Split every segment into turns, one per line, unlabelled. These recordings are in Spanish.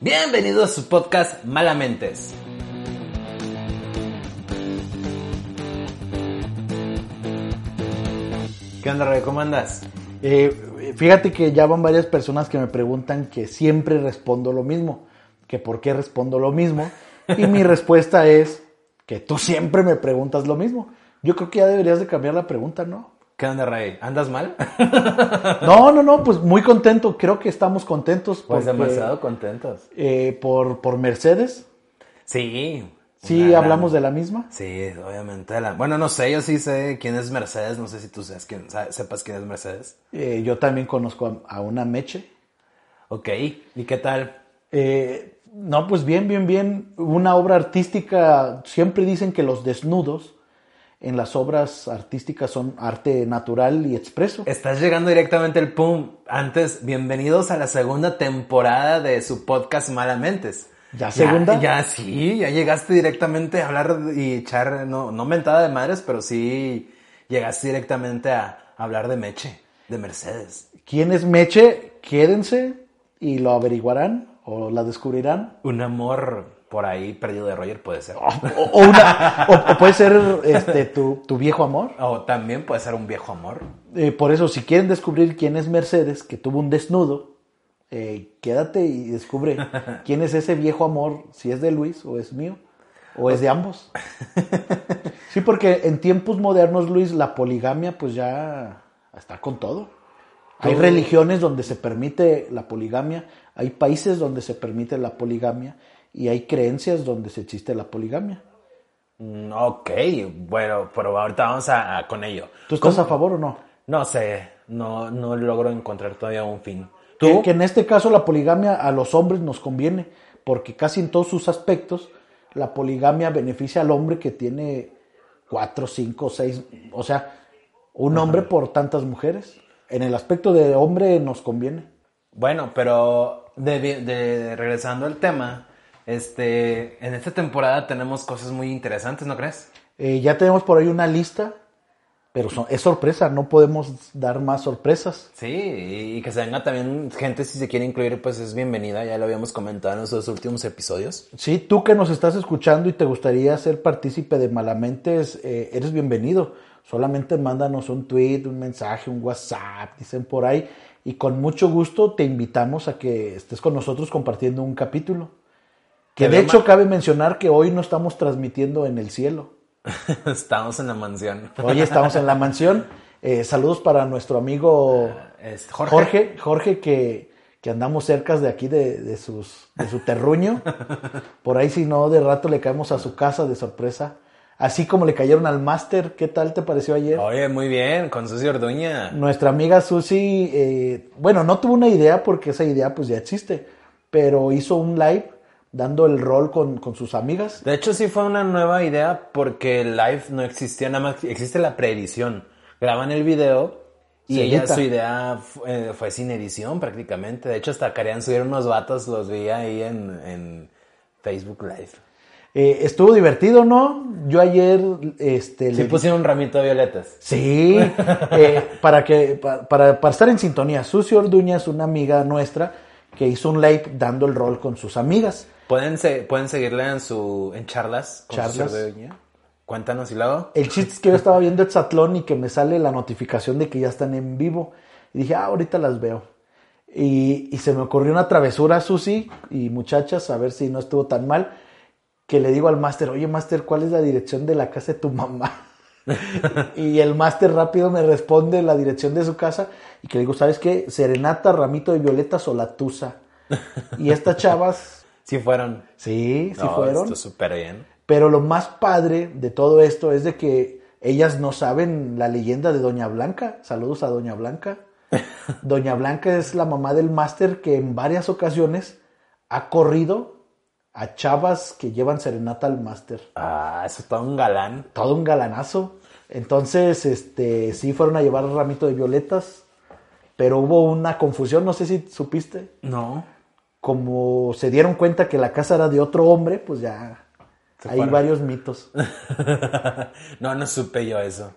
Bienvenidos a su podcast Malamentes. ¿Qué onda, Rebe? ¿Cómo andas?
Eh, fíjate que ya van varias personas que me preguntan que siempre respondo lo mismo, que por qué respondo lo mismo. Y mi respuesta es que tú siempre me preguntas lo mismo. Yo creo que ya deberías de cambiar la pregunta, ¿no?
¿Qué onda, Ray? ¿Andas mal?
Pues No, no, no, pues muy contento. Creo que estamos contentos
Pues
porque,
demasiado contentos.
eh, por, por Mercedes.
Sí.
Sí,
Una
hablamos
gran-
de la misma.
Sí, obviamente. la- Bueno, no sé, yo sí sé quién es Mercedes. No sé si tú seas quién, sa- sepas quién es Mercedes.
Eh, yo también conozco a, a una Meche.
Ok, ¿y qué tal?
Eh, no, pues bien, bien, bien. Una obra artística, siempre dicen que los desnudos en las obras artísticas son arte natural y expreso.
Estás llegando directamente al pum. Antes, bienvenidos a la segunda temporada de su podcast Malamentes.
¿Ya segunda?
Ya, sí, ya llegaste directamente a hablar y echar, no, no mentada de madres, pero sí llegaste directamente a hablar de Meche, de Mercedes.
¿Quién es Meche? Quédense y lo averiguarán o la descubrirán.
Un amor por ahí perdido de Roger puede ser.
O, o una- o- o puede ser este, tu, tu viejo amor.
O también puede ser un viejo amor.
Eh, por eso, si quieren descubrir quién es Mercedes, que tuvo un desnudo, eh, quédate y descubre quién es ese viejo amor, si es de Luis o es mío, o es de ambos. Sí, porque en tiempos modernos, Luis, la poligamia pues ya está con todo. Hay
Todo.
religiones donde se permite la poligamia, hay países donde se permite la poligamia y hay creencias donde se existe la poligamia.
Mm, Ok, bueno, pero ahorita vamos a, a- con ello.
¿Tú estás a favor o no?
No sé, no, no logro encontrar todavía un fin.
Que, que en este caso la poligamia a los hombres nos conviene, porque casi en todos sus aspectos la poligamia beneficia al hombre que tiene cuatro, cinco, seis, o sea, un hombre por tantas mujeres. En el aspecto de hombre nos conviene.
Bueno, pero de, de- regresando al tema, este, en esta temporada tenemos cosas muy interesantes, ¿no crees?
Eh, ya tenemos por ahí una lista, pero son- es sorpresa, no podemos dar más sorpresas.
Sí, y que se venga también gente si se quiere incluir, pues es bienvenida, ya lo habíamos comentado en nuestros últimos episodios.
Sí, tú que nos estás escuchando y te gustaría ser partícipe de Malamentes, eh, eres bienvenido. Solamente mándanos un tweet, un mensaje, un WhatsApp, dicen por ahí, y con mucho gusto te invitamos a que estés con nosotros compartiendo un capítulo. Que
Te
de
veo
hecho
ma-
cabe mencionar que hoy no estamos transmitiendo en el cielo.
Estamos en la mansión.
Hoy estamos en la mansión. Eh, saludos para nuestro amigo
Es Jorge.
Jorge, Jorge que, que andamos cerca de aquí de, de sus, de su terruño. Por ahí si no, de rato le caemos a su casa de sorpresa. Así como le cayeron al máster, ¿qué tal te pareció ayer?
Oye, muy bien, con Susi Orduña.
Nuestra amiga Susi, eh, bueno, no tuvo una idea porque esa idea pues ya existe, pero hizo un live dando el rol con, con sus amigas.
De hecho, sí fue una nueva idea porque el live no existía, nada más existe la preedición. Graban el video y
Se
ella,
edita.
su idea fu- eh, fue sin edición prácticamente. De hecho, hasta querían subir unos vatos, los vi ahí en, en Facebook Live.
Eh, estuvo divertido, ¿no? Yo ayer, este,
Sí pues, pusieron un ramito de violetas.
Sí, eh, para que pa- para, para estar en sintonía, Susi Orduña es una amiga nuestra que hizo un live dando el rol con sus amigas.
Pueden, se- pueden seguirla en su en charlas. con Susi
Charlas.
Orduña. Cuéntanos y luego.
El chiste es que yo estaba viendo Exatlón y que me sale la notificación de que ya están en vivo. Y dije, ah, ahorita las veo. Y, y se me ocurrió una travesura, Susi y muchachas, a ver si no estuvo tan mal, que le digo al máster, oye, máster, ¿cuál es la dirección de la casa de tu mamá? y el máster rápido me responde la dirección de su casa y que le digo, ¿sabes qué? Serenata, Ramito de Violetas o La Tusa. Y estas chavas,
Sí fueron.
sí, sí
No,
fueron.
estuvo súper bien.
Pero lo más padre de todo esto es de que ellas no saben la leyenda de Doña Blanca. Saludos a Doña Blanca. Doña Blanca es la mamá del máster que en varias ocasiones ha corrido a chavas que llevan serenata al máster.
Ah, eso está un galán.
Todo un galanazo. Entonces, este, sí fueron a llevar ramito de violetas, pero hubo una confusión, no sé si supiste.
No.
Como se dieron cuenta que la casa era de otro hombre, pues ya
Se
hay
fueron.
varios mitos.
no, no supe yo eso.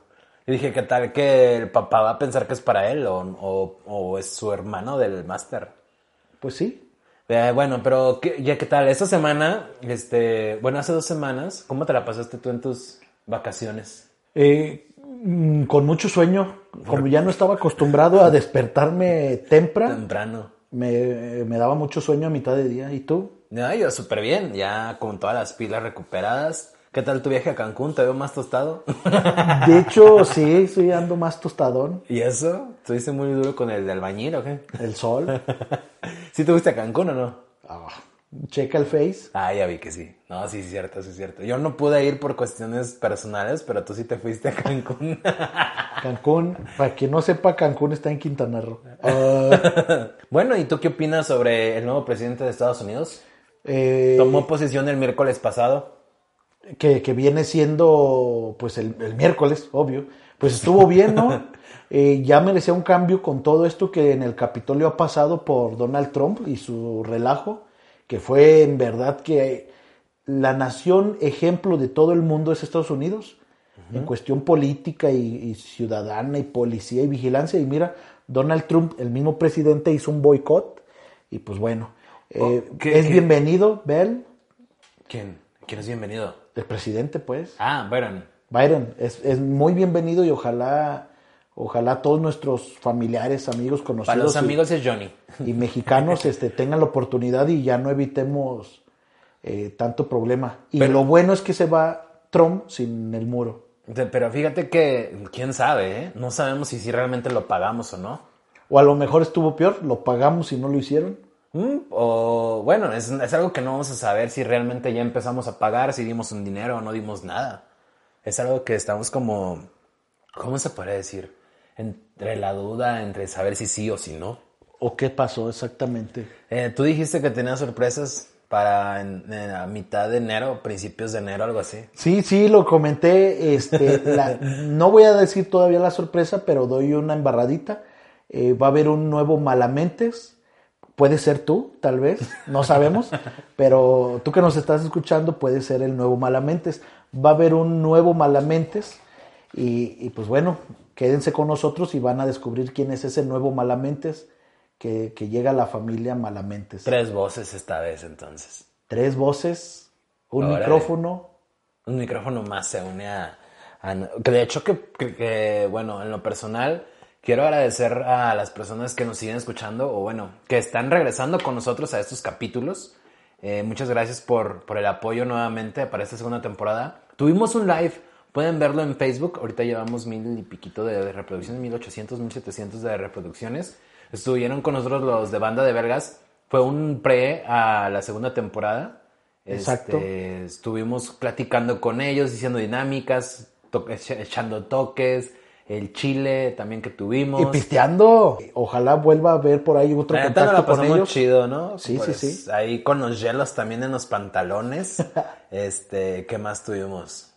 Y dije, ¿qué tal que el papá va a pensar que es para él o, o- o es su hermano del máster?
Pues sí,
Eh, bueno, pero ¿qué- ya qué tal, esta semana, este, bueno, hace dos semanas, ¿cómo te la pasaste tú en tus vacaciones?
Eh, mm, con mucho sueño, como ya no estaba acostumbrado a despertarme temprano,
Temprano.
me, me daba mucho sueño a mitad de día. ¿Y tú?
No, yo súper bien, ya con todas las pilas recuperadas. ¿Qué tal tu viaje a Cancún? ¿Te veo más tostado?
De hecho, sí, estoy ando más tostadón.
¿Y eso? ¿Estuviste muy duro con el de albañil o qué?
El sol.
¿Sí te fuiste a Cancún o no?
Ah, checa el face.
Ah, ya vi que sí. No, sí, es cierto, sí, es cierto. Yo no pude ir por cuestiones personales, pero tú sí te fuiste a Cancún.
Cancún, para quien no sepa, Cancún está en Quintana Roo. Ah,
bueno, ¿y tú qué opinas sobre el nuevo presidente de Estados Unidos?
eh,
Tomó posesión el miércoles pasado.
que, que viene siendo pues el, el miércoles, obvio, pues estuvo bien, ¿no? Eh, ya merecía un cambio con todo esto que en el Capitolio ha pasado por Donald Trump y su relajo, que fue en verdad que la nación ejemplo de todo el mundo es Estados Unidos, en cuestión política y, y ciudadana y policía y vigilancia. Y mira, Donald Trump, el mismo presidente, hizo un boicot y pues bueno, eh,
Oh, ¿qué-
es
qué?
bienvenido, Bell,
¿Quién? ¿Quién es bienvenido?
el presidente pues.
Ah, Byron.
Byron, es, es muy bienvenido y ojalá, ojalá todos nuestros familiares, amigos, conocidos
Para los
y-
amigos es Johnny.
y, mexicanos este, tengan la oportunidad y ya no evitemos eh, tanto problema. Y
Pero-
lo bueno es que se va Trump sin el muro.
Te- Pero fíjate que, quién sabe, ¿eh? No sabemos si, si realmente lo pagamos o no.
O a lo mejor estuvo peor, lo pagamos y no lo hicieron.
Mm, O bueno, es, es algo que no vamos a saber si realmente ya empezamos a pagar, si dimos un dinero o no dimos nada. Es algo que estamos como, ¿cómo se puede decir? Entre la duda, entre saber si sí o si no.
¿O qué pasó exactamente?
Eh, Tú dijiste que tenías sorpresas para en, en la mitad de enero, principios de enero, algo así.
Sí, sí, lo comenté. Este, la- no voy a decir todavía la sorpresa, pero doy una embarradita. Eh, va a haber un nuevo Malamentes. Puede ser tú, tal vez, no sabemos, pero tú que nos estás escuchando puede ser el nuevo Malamentes. Va a haber un nuevo Malamentes y, y, pues bueno, quédense con nosotros y van a descubrir quién es ese nuevo Malamentes que, que llega a la familia Malamentes.
Tres voces esta vez entonces.
Tres voces, un
Órale.
micrófono.
un micrófono más se une a... a- que de hecho, que, que- que, bueno, en lo personal, quiero agradecer a las personas que nos siguen escuchando, o bueno, que están regresando con nosotros a estos capítulos. Eh, muchas gracias por, por el apoyo nuevamente para esta segunda temporada. Tuvimos un live, pueden verlo en Facebook, ahorita llevamos mil y piquito de, de reproducciones, 1800, 1700 de reproducciones. Estuvieron con nosotros los de Banda de Vergas, fue un pre a la segunda temporada.
Exacto.
Este, eh, estuvimos platicando con ellos, diciendo dinámicas, to- echa- echando toques, el chile también que tuvimos.
Y pisteando. Ojalá vuelva a ver por ahí otro
La neta nos
contacto
la
con
pasamos
ellos.
chido, ¿no? Pues,
Sí, sí, sí.
Ahí con los hielos también en los pantalones. este, ¿qué más tuvimos?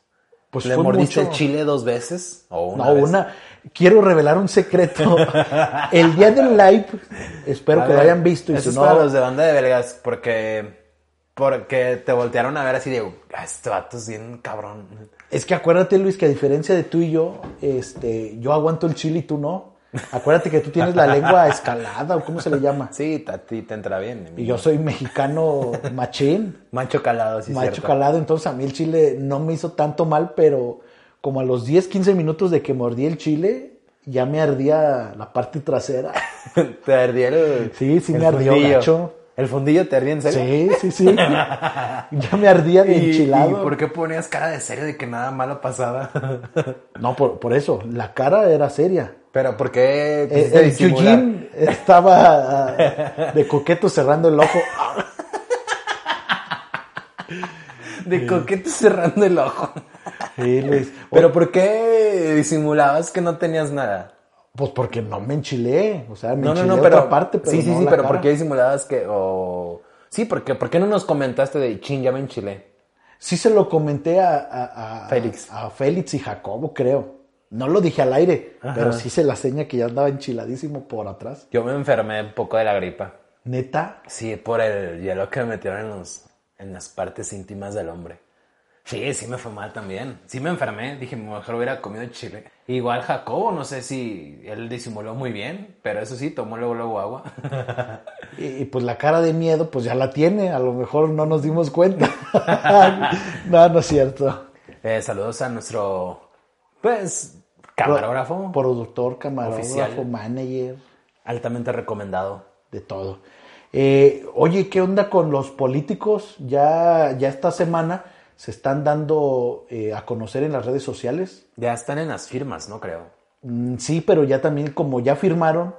Pues
¿Le
fue
mordiste
mucho.
el chile dos veces? ¿O una
No,
vez?
una. Quiero revelar un secreto. El día del live, espero
A
que lo
ver,
hayan visto. Y
eso
si
es
no,
para los de banda de belgas, porque... Porque te voltearon a ver así de... "Ah, Este vato es bien cabrón.
es que acuérdate, Luis, que a diferencia de tú y yo, este, yo aguanto el chile y tú no. Acuérdate que tú tienes la lengua escalada o cómo se le llama.
Sí, a ti te entra bien.
Y yo soy mexicano machín.
Macho calado, sí
macho
cierto.
calado, entonces a mí el chile no me hizo tanto mal, pero como a los 10, 15 minutos de que mordí el chile, ya me ardía la parte trasera.
Te ardía el.
Sí, sí
el
me ardió,
fundillo.
gacho.
El fundillo te ardía en serio.
Sí, sí, sí. Ya me ardía de
¿Y,
enchilado.
¿Y por qué ponías cara de serio de que nada malo pasaba?
No, por, por eso, la cara era seria.
Pero ¿por qué
Eh,
quisiste
El,
Pues disimular?
Yujin estaba ah, de coqueto cerrando el ojo. Ah,
De coquete cerrando el ojo.
Sí, Luis.
Pero ¿por qué disimulabas que no tenías nada?
Pues porque no me enchilé. O sea, me
No, no,
enchilé
no,
otra
pero.
parte, pero
sí, sí,
no
sí,
la
pero
cara.
¿por qué disimulabas que.? O Sí, porque ¿por qué no nos comentaste de Chin ya va en Chile?
Sí se lo comenté a, a- a-
Félix.
a Félix y Jacobo, creo. No lo dije al aire,
Ajá.
pero sí se la seña que ya andaba enchiladísimo por atrás.
Yo me enfermé un poco de la gripa.
Neta,
Sí, por el hielo que me metieron en, los, en las partes íntimas del hombre. Sí, sí me fue mal también. Sí me enfermé. Dije, mejor hubiera comido chile. Igual Jacobo, no sé si él disimuló muy bien, pero eso sí, tomó luego, luego agua.
Y, y, pues la cara de miedo, pues ya la tiene. A lo mejor no nos dimos cuenta. no, no es cierto.
Eh, saludos a nuestro, pues, camarógrafo.
Productor, camarógrafo,
Oficial.
manager,
Altamente recomendado.
de todo. Eh, oye, ¿qué onda con los políticos? Ya, ya esta semana se están dando eh, a conocer en las redes sociales.
Ya están en las firmas, ¿no? Creo.
Mm, sí, pero ya también, como ya firmaron,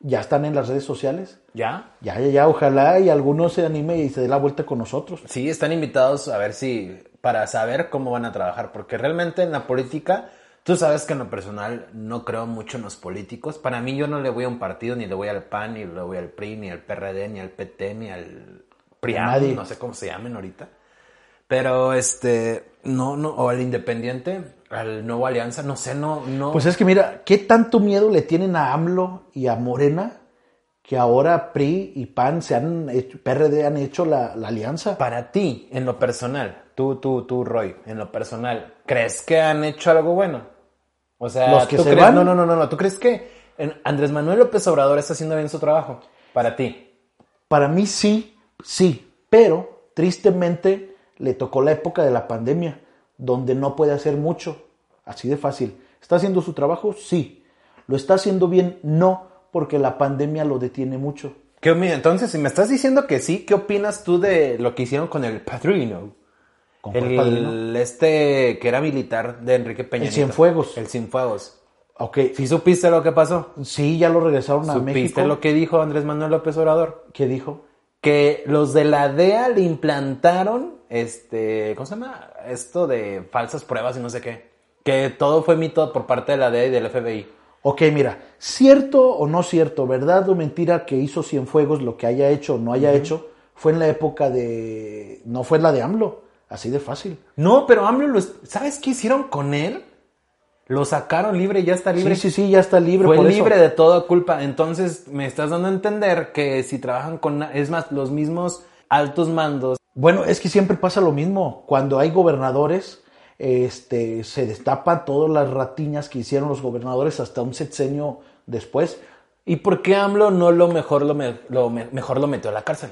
ya están en las redes sociales.
¿Ya?
Ya, ya, ya, ojalá y alguno se anime y se dé la vuelta con nosotros.
Sí, están invitados a ver si, para saber cómo van a trabajar, porque realmente en la política, tú sabes que en lo personal no creo mucho en los políticos. Para mí yo no le voy a un partido, ni le voy al PAN, ni le voy al PRI, ni al PRD, ni al PT, ni al PRIAM,
Nadie.
no sé cómo se llamen ahorita. Pero este, no, no, o al Independiente, al Nuevo Alianza, no sé, no, no.
Pues es que mira, ¿qué tanto miedo le tienen a AMLO y a Morena que ahora PRI y PAN se han hecho, PRD han hecho la, la alianza?
Para ti, en lo personal, tú, tú, tú, Roy, en lo personal, ¿crees que han hecho algo bueno? O sea,
¿Los que
¿tú
se
crees-
van?
No, no, no, no, no. ¿Tú crees que en- Andrés Manuel López Obrador está haciendo bien su trabajo? Para ti.
Para mí sí, sí, pero tristemente le tocó la época de la pandemia, donde no puede hacer mucho, así de fácil. ¿Está haciendo su trabajo? Sí. ¿Lo está haciendo bien? No, porque la pandemia lo detiene mucho.
¿Qué opi- Entonces, si me estás diciendo que sí, ¿qué opinas tú de lo que hicieron con el padrino?
¿Con cuál
El,
padrino?
este que era militar de Enrique Peña.
El
Nieto.
Cienfuegos.
El Cienfuegos.
Ok,
¿Sí supiste lo que pasó?
sí, ya lo regresaron a
¿Supiste
México.
lo que dijo Andrés Manuel López Obrador?
¿Qué dijo?
que los de la DEA le implantaron este, ¿cómo se llama? Esto de falsas pruebas y no sé qué. Que todo fue mito por parte de la DEA y del FBI.
Ok, mira, cierto o no cierto, verdad o mentira que hizo Cienfuegos lo que haya hecho o no haya hecho, fue en la época de... no fue la de AMLO, así de fácil.
No, pero AMLO, lo- ¿sabes qué hicieron con él? Lo sacaron libre, ya está libre.
Sí, sí, sí, ya está libre.
fue
por eso.
libre de toda culpa. Entonces me estás dando a entender que si trabajan con, es más, los mismos altos mandos.
Bueno, es que siempre pasa lo mismo. Cuando hay gobernadores, este, se destapan todas las ratiñas que hicieron los gobernadores hasta un sexenio después.
¿Y por qué AMLO no lo mejor lo, me- lo me- mejor lo metió a la cárcel?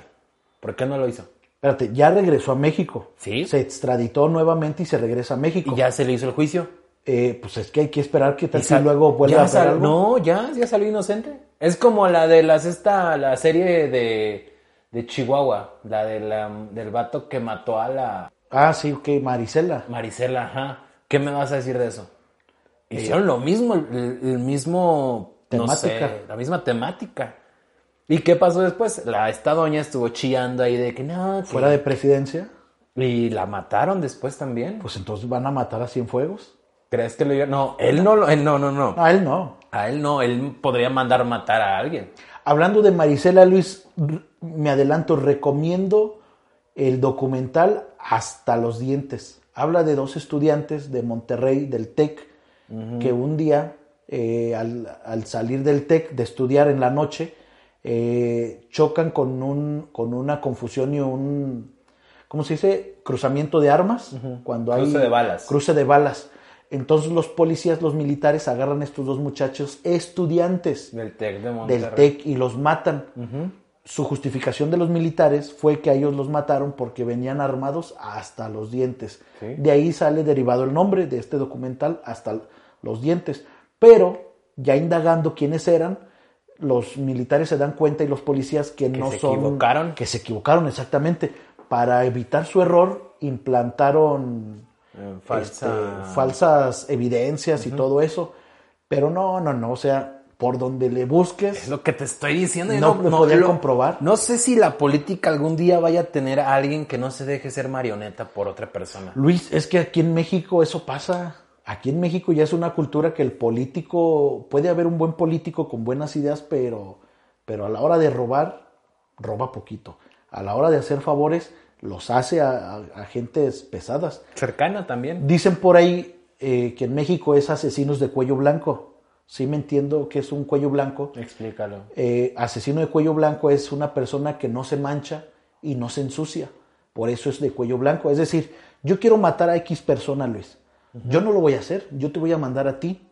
¿Por qué no lo hizo?
Espérate, ya regresó a México.
Sí.
Se extraditó nuevamente y se regresa a México.
Y ya se le hizo el juicio.
Eh, pues es que hay que esperar que tal
Y
si
sal-
luego vuelva
ya
a hacer
sal-
algo.
No, ya, ya salió inocente. Es como la de las esta, la serie de, de Chihuahua, la, de la del vato que mató a la
Ah, sí, ok, Marisela.
Marisela, ajá. ¿Qué me vas a decir de eso?
Eh,
Hicieron lo mismo, el, el mismo no sé,
Temática.
la misma temática. ¿Y qué pasó después? La esta doña estuvo chillando ahí de que no, que-
Fuera de presidencia,
y la mataron después también.
pues entonces van a matar a Cienfuegos.
¿Crees que lo iba- No, él no lo, él no, no, no.
A él no.
A él no, él podría mandar matar a alguien.
Hablando de Marisela Luis, r- me adelanto, recomiendo el documental Hasta los dientes. Habla de dos estudiantes de Monterrey, del TEC, que un día, eh, al, al salir del TEC, de estudiar en la noche, eh, chocan con, un, con una confusión y un, ¿cómo se dice? Cruzamiento de armas. cuando hay
Cruce de balas.
Cruce de balas. Entonces los policías, los militares, agarran a estos dos muchachos estudiantes
Del TEC de
del
Monterrey.
TEC y los matan. Su justificación de los militares fue que a ellos los mataron porque venían armados hasta los dientes.
Sí.
De ahí sale derivado el nombre de este documental hasta los dientes. Pero ya indagando quiénes eran, los militares se dan cuenta y los policías que, no
se
son
equivocaron.
que se equivocaron exactamente. Para evitar su error, implantaron
Eh, Falsa.
este, falsas evidencias y todo eso. Pero no, no, no, o sea, por donde le busques,
Es lo que te estoy diciendo. yo
No lo podía
lo-
comprobar.
No sé si la política algún día vaya a tener a alguien que no se deje ser marioneta por otra persona.
Luis, es que aquí en México eso pasa. Aquí en México ya es una cultura que el político, puede haber un buen político con buenas ideas, pero, pero a la hora de robar, roba poquito. a la hora de hacer favores, los hace a, a- a gentes pesadas.
Cercana también.
Dicen por ahí eh, que en México es asesinos de cuello blanco. Sí me entiendo que es un cuello blanco.
Explícalo.
Eh, asesino de cuello blanco es una persona que no se mancha y no se ensucia. Por eso es de cuello blanco. Es decir, yo quiero matar a X persona, Luis. Yo no lo voy a hacer. Yo te voy a mandar a ti.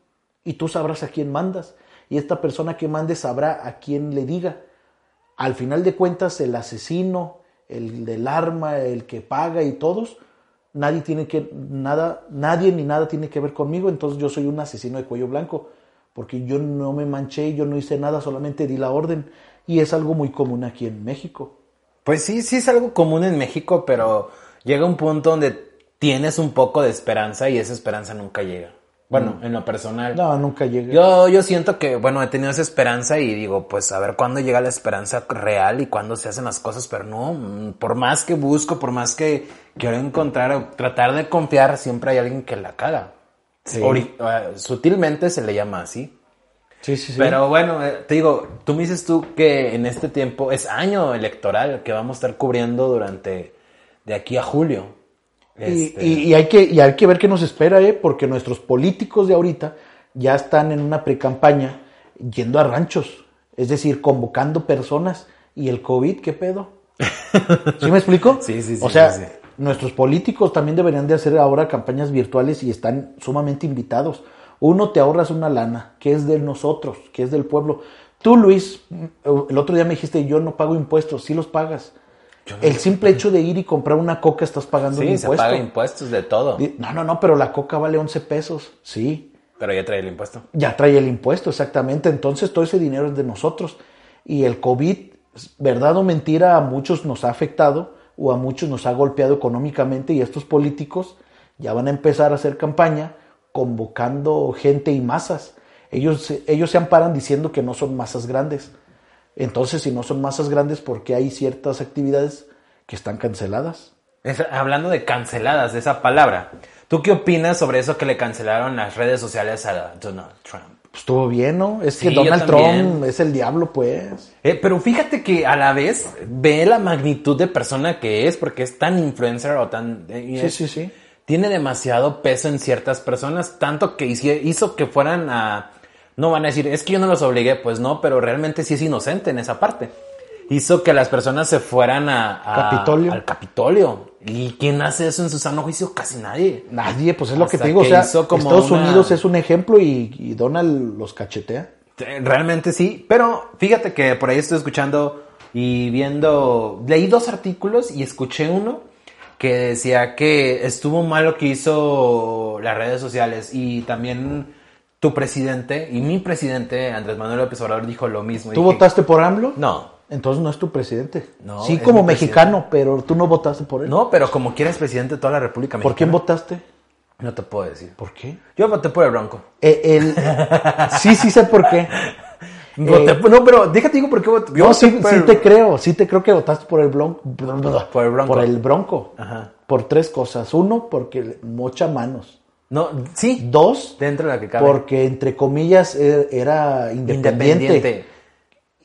Y tú sabrás a quién mandas. Y esta persona que mande sabrá a quién le diga. Al final de cuentas, el asesino, el del arma, el que paga y todos, nadie tiene que, nada, nadie ni nada tiene que ver conmigo. Entonces yo soy un asesino de cuello blanco, porque yo no me manché, yo no hice nada, solamente di la orden. Y es algo muy común aquí en México.
Pues sí, sí es algo común en México, pero llega un punto donde tienes un poco de esperanza y esa esperanza nunca llega. Bueno, en lo personal.
Mm. No, nunca llegué.
Yo, yo siento que, bueno, he tenido esa esperanza y digo, pues a ver cuándo llega la esperanza real y cuándo se hacen las cosas, pero no, mm, por más que busco, por más que quiero encontrar, o tratar de confiar, siempre hay alguien que la caga. Ori- eh, sutilmente se le llama así.
sí, sí, sí.
Pero bueno, eh, te digo, tú me dices tú que en este tiempo es año electoral que vamos a estar cubriendo durante de aquí a julio.
Y-
Este,
y, y hay que, y hay que ver qué nos espera, ¿eh? porque nuestros políticos de ahorita ya están en una precampaña yendo a ranchos, es decir, convocando personas. ¿Y el COVID qué pedo? ¿Sí me explico?
Sí, sí, sí,
O sea,
sí, sí.
nuestros políticos también deberían de hacer ahora campañas virtuales y están sumamente invitados. Uno, te ahorras una lana, que es de nosotros, que es del pueblo. Tú, Luis, el otro día me dijiste, yo no pago impuestos, sí los pagas. El simple hecho de ir y comprar una coca estás pagando un
sí, se
impuesto.
paga impuestos de todo,
Di- No, no, no, pero la coca vale 11 pesos. Sí,
pero ya trae el impuesto.
ya trae el impuesto, exactamente. Entonces todo ese dinero es de nosotros. Y el COVID, verdad o mentira, a muchos nos ha afectado o a muchos nos ha golpeado económicamente y estos políticos ya van a empezar a hacer campaña convocando gente y masas. Ellos, se- ellos se amparan diciendo que no son masas grandes. Entonces, si no son masas grandes, ¿por qué hay ciertas actividades que están canceladas?
Es- hablando de canceladas, de esa palabra, ¿tú qué opinas sobre eso que le cancelaron las redes sociales a Donald Trump?
Pues estuvo bien, ¿no? Es
Sí,
que
yo
Donald
también.
Trump es el diablo, pues.
Eh, pero fíjate que a la vez ve la magnitud de persona que es, porque es tan influencer o tan... eh,
Sí,
es-
sí, sí.
tiene demasiado peso en ciertas personas, tanto que hici- hizo que fueran a... No van a decir, es que yo no los obligué, pues no, pero realmente sí es inocente en esa parte. Hizo que las personas se fueran a, a-
Capitolio.
al Capitolio. ¿Y quién hace eso en su sano juicio? Casi nadie.
Nadie, pues es lo que
Hasta
te digo.
que
o sea,
hizo como
Estados
una-
Unidos es un ejemplo y, y Donald los cachetea.
Eh, Realmente sí, pero fíjate que por ahí estoy escuchando y viendo, leí dos artículos y escuché uno que decía que estuvo mal lo que hizo las redes sociales y también tu presidente y mi presidente Andrés Manuel López Obrador dijo lo mismo.
¿Tú
Dije,
votaste por AMLO?
No,
Entonces no es tu presidente.
No,
sí,
es
como
mi presidente.
mexicano, pero tú no votaste por él.
no, pero como quieres presidente de toda la República
¿Por quién
Mexicana.
votaste?
No te puedo decir.
¿Por qué?
Yo voté por el Bronco.
Eh, el- Sí, sí sé por qué.
Voté por- no, pero déjate digo por qué voté. Yo
Eh, No, sí,
voté por
sí
el-
te creo, sí te creo que votaste por el bronco.
Por el Bronco.
Por el bronco.
Ajá.
Por tres cosas. Uno, porque mocha manos.
No, sí,
Dos,
dentro de la que cabe.
porque entre comillas er- era independiente.
Independiente.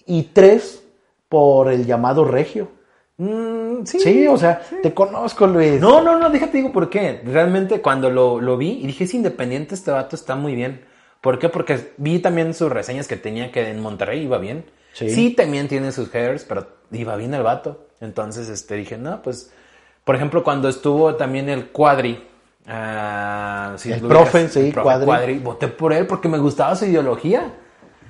Y tres, por el llamado regio.
Mm, sí.
Sí, o sea, te conozco, Luis.
No, no, no, déjate digo por qué. Realmente cuando lo, lo vi y dije, es independiente este vato, está muy bien. ¿Por qué? Porque vi también sus reseñas que tenía que en Monterrey iba bien. Sí,
Sí.
también tiene sus haters, pero iba bien el vato. Entonces, este, dije, no, pues, por ejemplo, cuando estuvo también el Cuadri. ah, si
El
lo
profe, sí, Cuadri.
Voté por él porque me gustaba su ideología.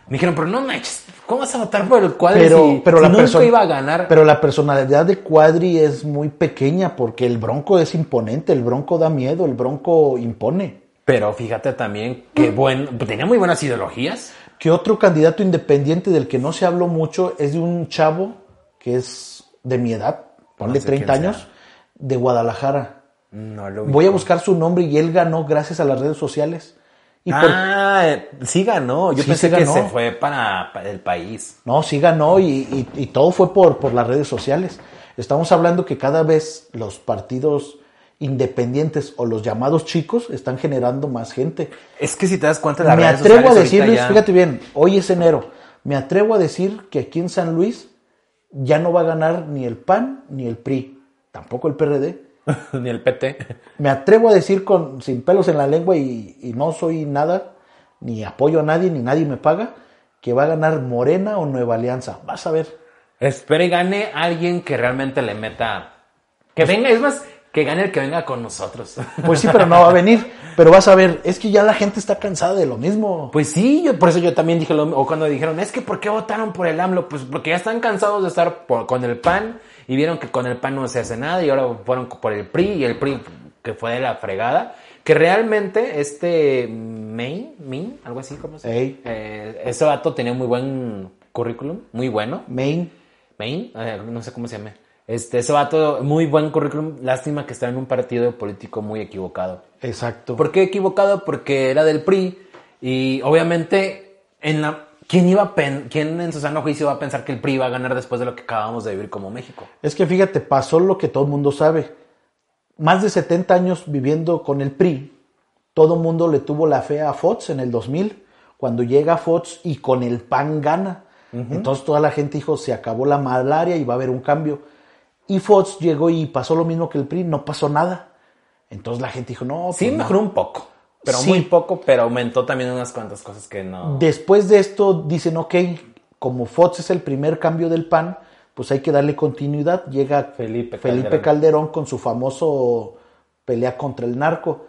Me dijeron, pero no manches, ¿cómo vas a votar por el Cuadri
Pero,
si,
pero
si
la
nunca
perso-
iba a ganar?
Pero la personalidad de Cuadri es muy pequeña porque el bronco es imponente, el bronco da miedo, el bronco impone.
Pero fíjate también que buen, tenía muy buenas ideologías.
Que otro candidato independiente del que no se habló mucho es de un chavo que es de mi edad, ponle
sé
30
quién sea.
años, de Guadalajara.
No lo
Voy a buscar su nombre y él ganó gracias a las redes sociales. Y por-
Ah, eh, sí ganó. Yo
Sí,
pensé
sí
que
ganó.
se fue para, para el país.
No, sí ganó y, y- y todo fue por, por las redes sociales. Estamos hablando que cada vez los partidos independientes o los llamados chicos están generando más gente.
Es que si te das cuenta, las
Me
redes
atrevo a
sociales
decir,
ahorita
Luis,
ya-
fíjate bien, hoy es enero. Me atrevo a decir que aquí en San Luis ya no va a ganar ni el PAN ni el PRI, tampoco el PRD.
Ni el PT.
Me atrevo a decir con, sin pelos en la lengua y, y no soy nada, ni apoyo a nadie, ni nadie me paga, que va a ganar Morena o Nueva Alianza. Vas a ver.
Espera y gane alguien que realmente le meta. Que venga, es más, que gane el que venga con nosotros.
Pues sí, pero no va a venir. Pero vas a ver, es que ya la gente está cansada de lo mismo.
Pues sí, yo, por eso yo también dije lo mismo. O cuando dijeron, es que ¿por qué votaron por el AMLO? Pues porque ya están cansados de estar por- con el PAN y vieron que con el PAN no se hace nada y ahora fueron por el PRI y el PRI que fue de la fregada. Que realmente este Main, Min, algo así como se
Ey.
Eh, ese vato tenía muy buen currículum, muy bueno.
Main,
Main, eh, no sé cómo se llama. Este, ese vato, muy buen currículum. Lástima que está en un partido político muy equivocado.
exacto.
¿Por qué equivocado? Porque era del PRI y obviamente en la quién iba a pen- quién en su sano juicio va a pensar que el PRI va a ganar después de lo que acabamos de vivir como México.
Es que fíjate, pasó lo que todo el mundo sabe. Más de 70 años viviendo con el PRI, todo el mundo le tuvo la fe a Fox en el 2000, cuando llega Fox y con el PAN gana. Entonces toda la gente dijo, se acabó la malaria y va a haber un cambio. Y Fox llegó y pasó lo mismo que el PRI, no pasó nada. Entonces la gente dijo, no,
Sí,
pues no.
mejoró un poco, pero
Sí.
muy poco, pero aumentó también unas cuantas cosas que no.
Después de esto dicen, ok, como Fox es el primer cambio del PAN, pues hay que darle continuidad. Llega
Felipe
Calderón.
Calderón.
con su famoso pelea contra el narco.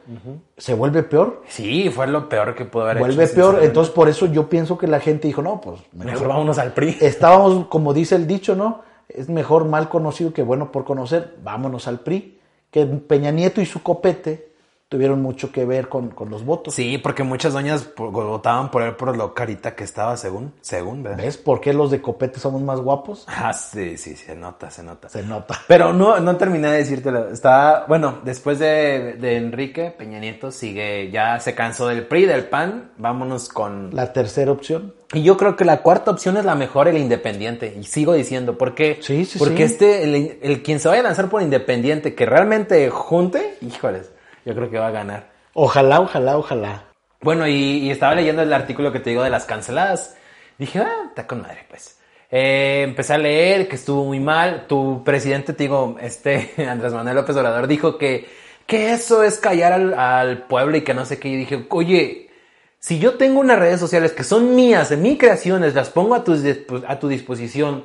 Se vuelve peor,
Sí, fue lo peor que pudo haber
vuelve
hecho.
peor.
sinceramente.
Entonces por eso yo pienso que la gente dijo, no, pues mejor.
mejor vámonos al PRI.
Estábamos, como dice el dicho, ¿no? Es mejor mal conocido que bueno por conocer. Vámonos al PRI. Que Peña Nieto y su copete tuvieron mucho que ver con, con los votos.
Sí, porque muchas doñas por- votaban por él por lo carita que estaba, según, según, ¿verdad?
¿Ves por qué los de copete somos más guapos?
Ah, sí, sí, se nota, se nota.
Se nota.
Pero no, no terminé de decírtelo. Está, bueno, después de, de Enrique, Peña Nieto sigue, ya se cansó del PRI, del PAN, vámonos con...
La tercera opción.
Y yo creo que la cuarta opción es la mejor, el independiente. Y sigo diciendo, ¿por qué?
Sí, sí,
Porque
sí.
este, el, el quien se vaya a lanzar por independiente, que realmente junte, híjoles, yo creo que va a ganar.
Ojalá, ojalá, ojalá.
Bueno, y, y estaba leyendo el artículo que te digo de las canceladas. Dije, ah, está con madre, pues. Eh, empecé a leer que estuvo muy mal. Tu presidente, te digo, este Andrés Manuel López Obrador, dijo que, que eso es callar al, al pueblo y que no sé qué. Y dije, oye, si yo tengo unas redes sociales que son mías, de mis creaciones, las pongo a tu, dispo- a tu disposición.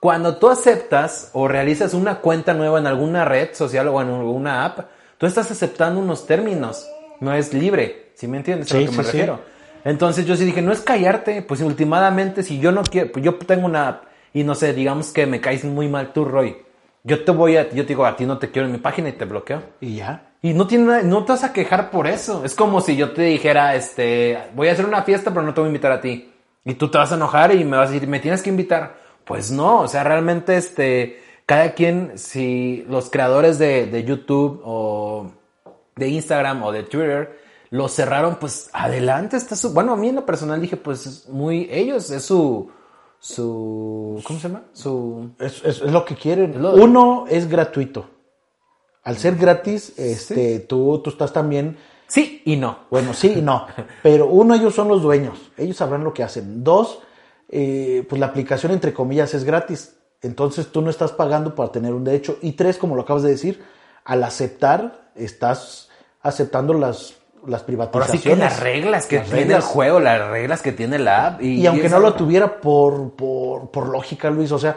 Cuando tú aceptas o realizas una cuenta nueva en alguna red social o en alguna app, tú estás aceptando unos términos. No es libre, ¿sí me entiendes a
Sí,
lo que
sí,
me
sí.
refiero? Entonces yo sí dije, no es callarte, pues últimamente si yo no quiero, pues yo tengo una app y no sé, digamos que me caes muy mal tú, Roy. Yo te voy a, yo te digo, a ti no te quiero en mi página y te bloqueo.
Y ya.
Y no tiene nada- no te vas a quejar por eso. Es como si yo te dijera, este, voy a hacer una fiesta, pero no te voy a invitar a ti. Y tú te vas a enojar y me vas a decir, me tienes que invitar. Pues no, o sea, realmente, este, cada quien, si los creadores de, de YouTube o de Instagram o de Twitter lo cerraron, pues adelante está su. Bueno, a mí en lo personal dije, pues es muy ellos, es su, su, ¿cómo se llama? Su.
Es, es- es lo que quieren.
Lo-
Uno es gratuito. Al ser gratis, este, tú, tú estás también.
Sí y no.
Bueno, sí y no. Pero uno, ellos son los dueños. Ellos sabrán lo que hacen. Dos, eh, pues la aplicación, entre comillas, es gratis. Entonces tú no estás pagando para tener un derecho. Y tres, como lo acabas de decir, al aceptar, estás aceptando las, las
Ahora
privatizaciones.
sí que las reglas que
Las
tiene
reglas.
el juego, las reglas que tiene la app. Y,
Y aunque
esa-
no lo tuviera por, por, por lógica, Luis, o sea,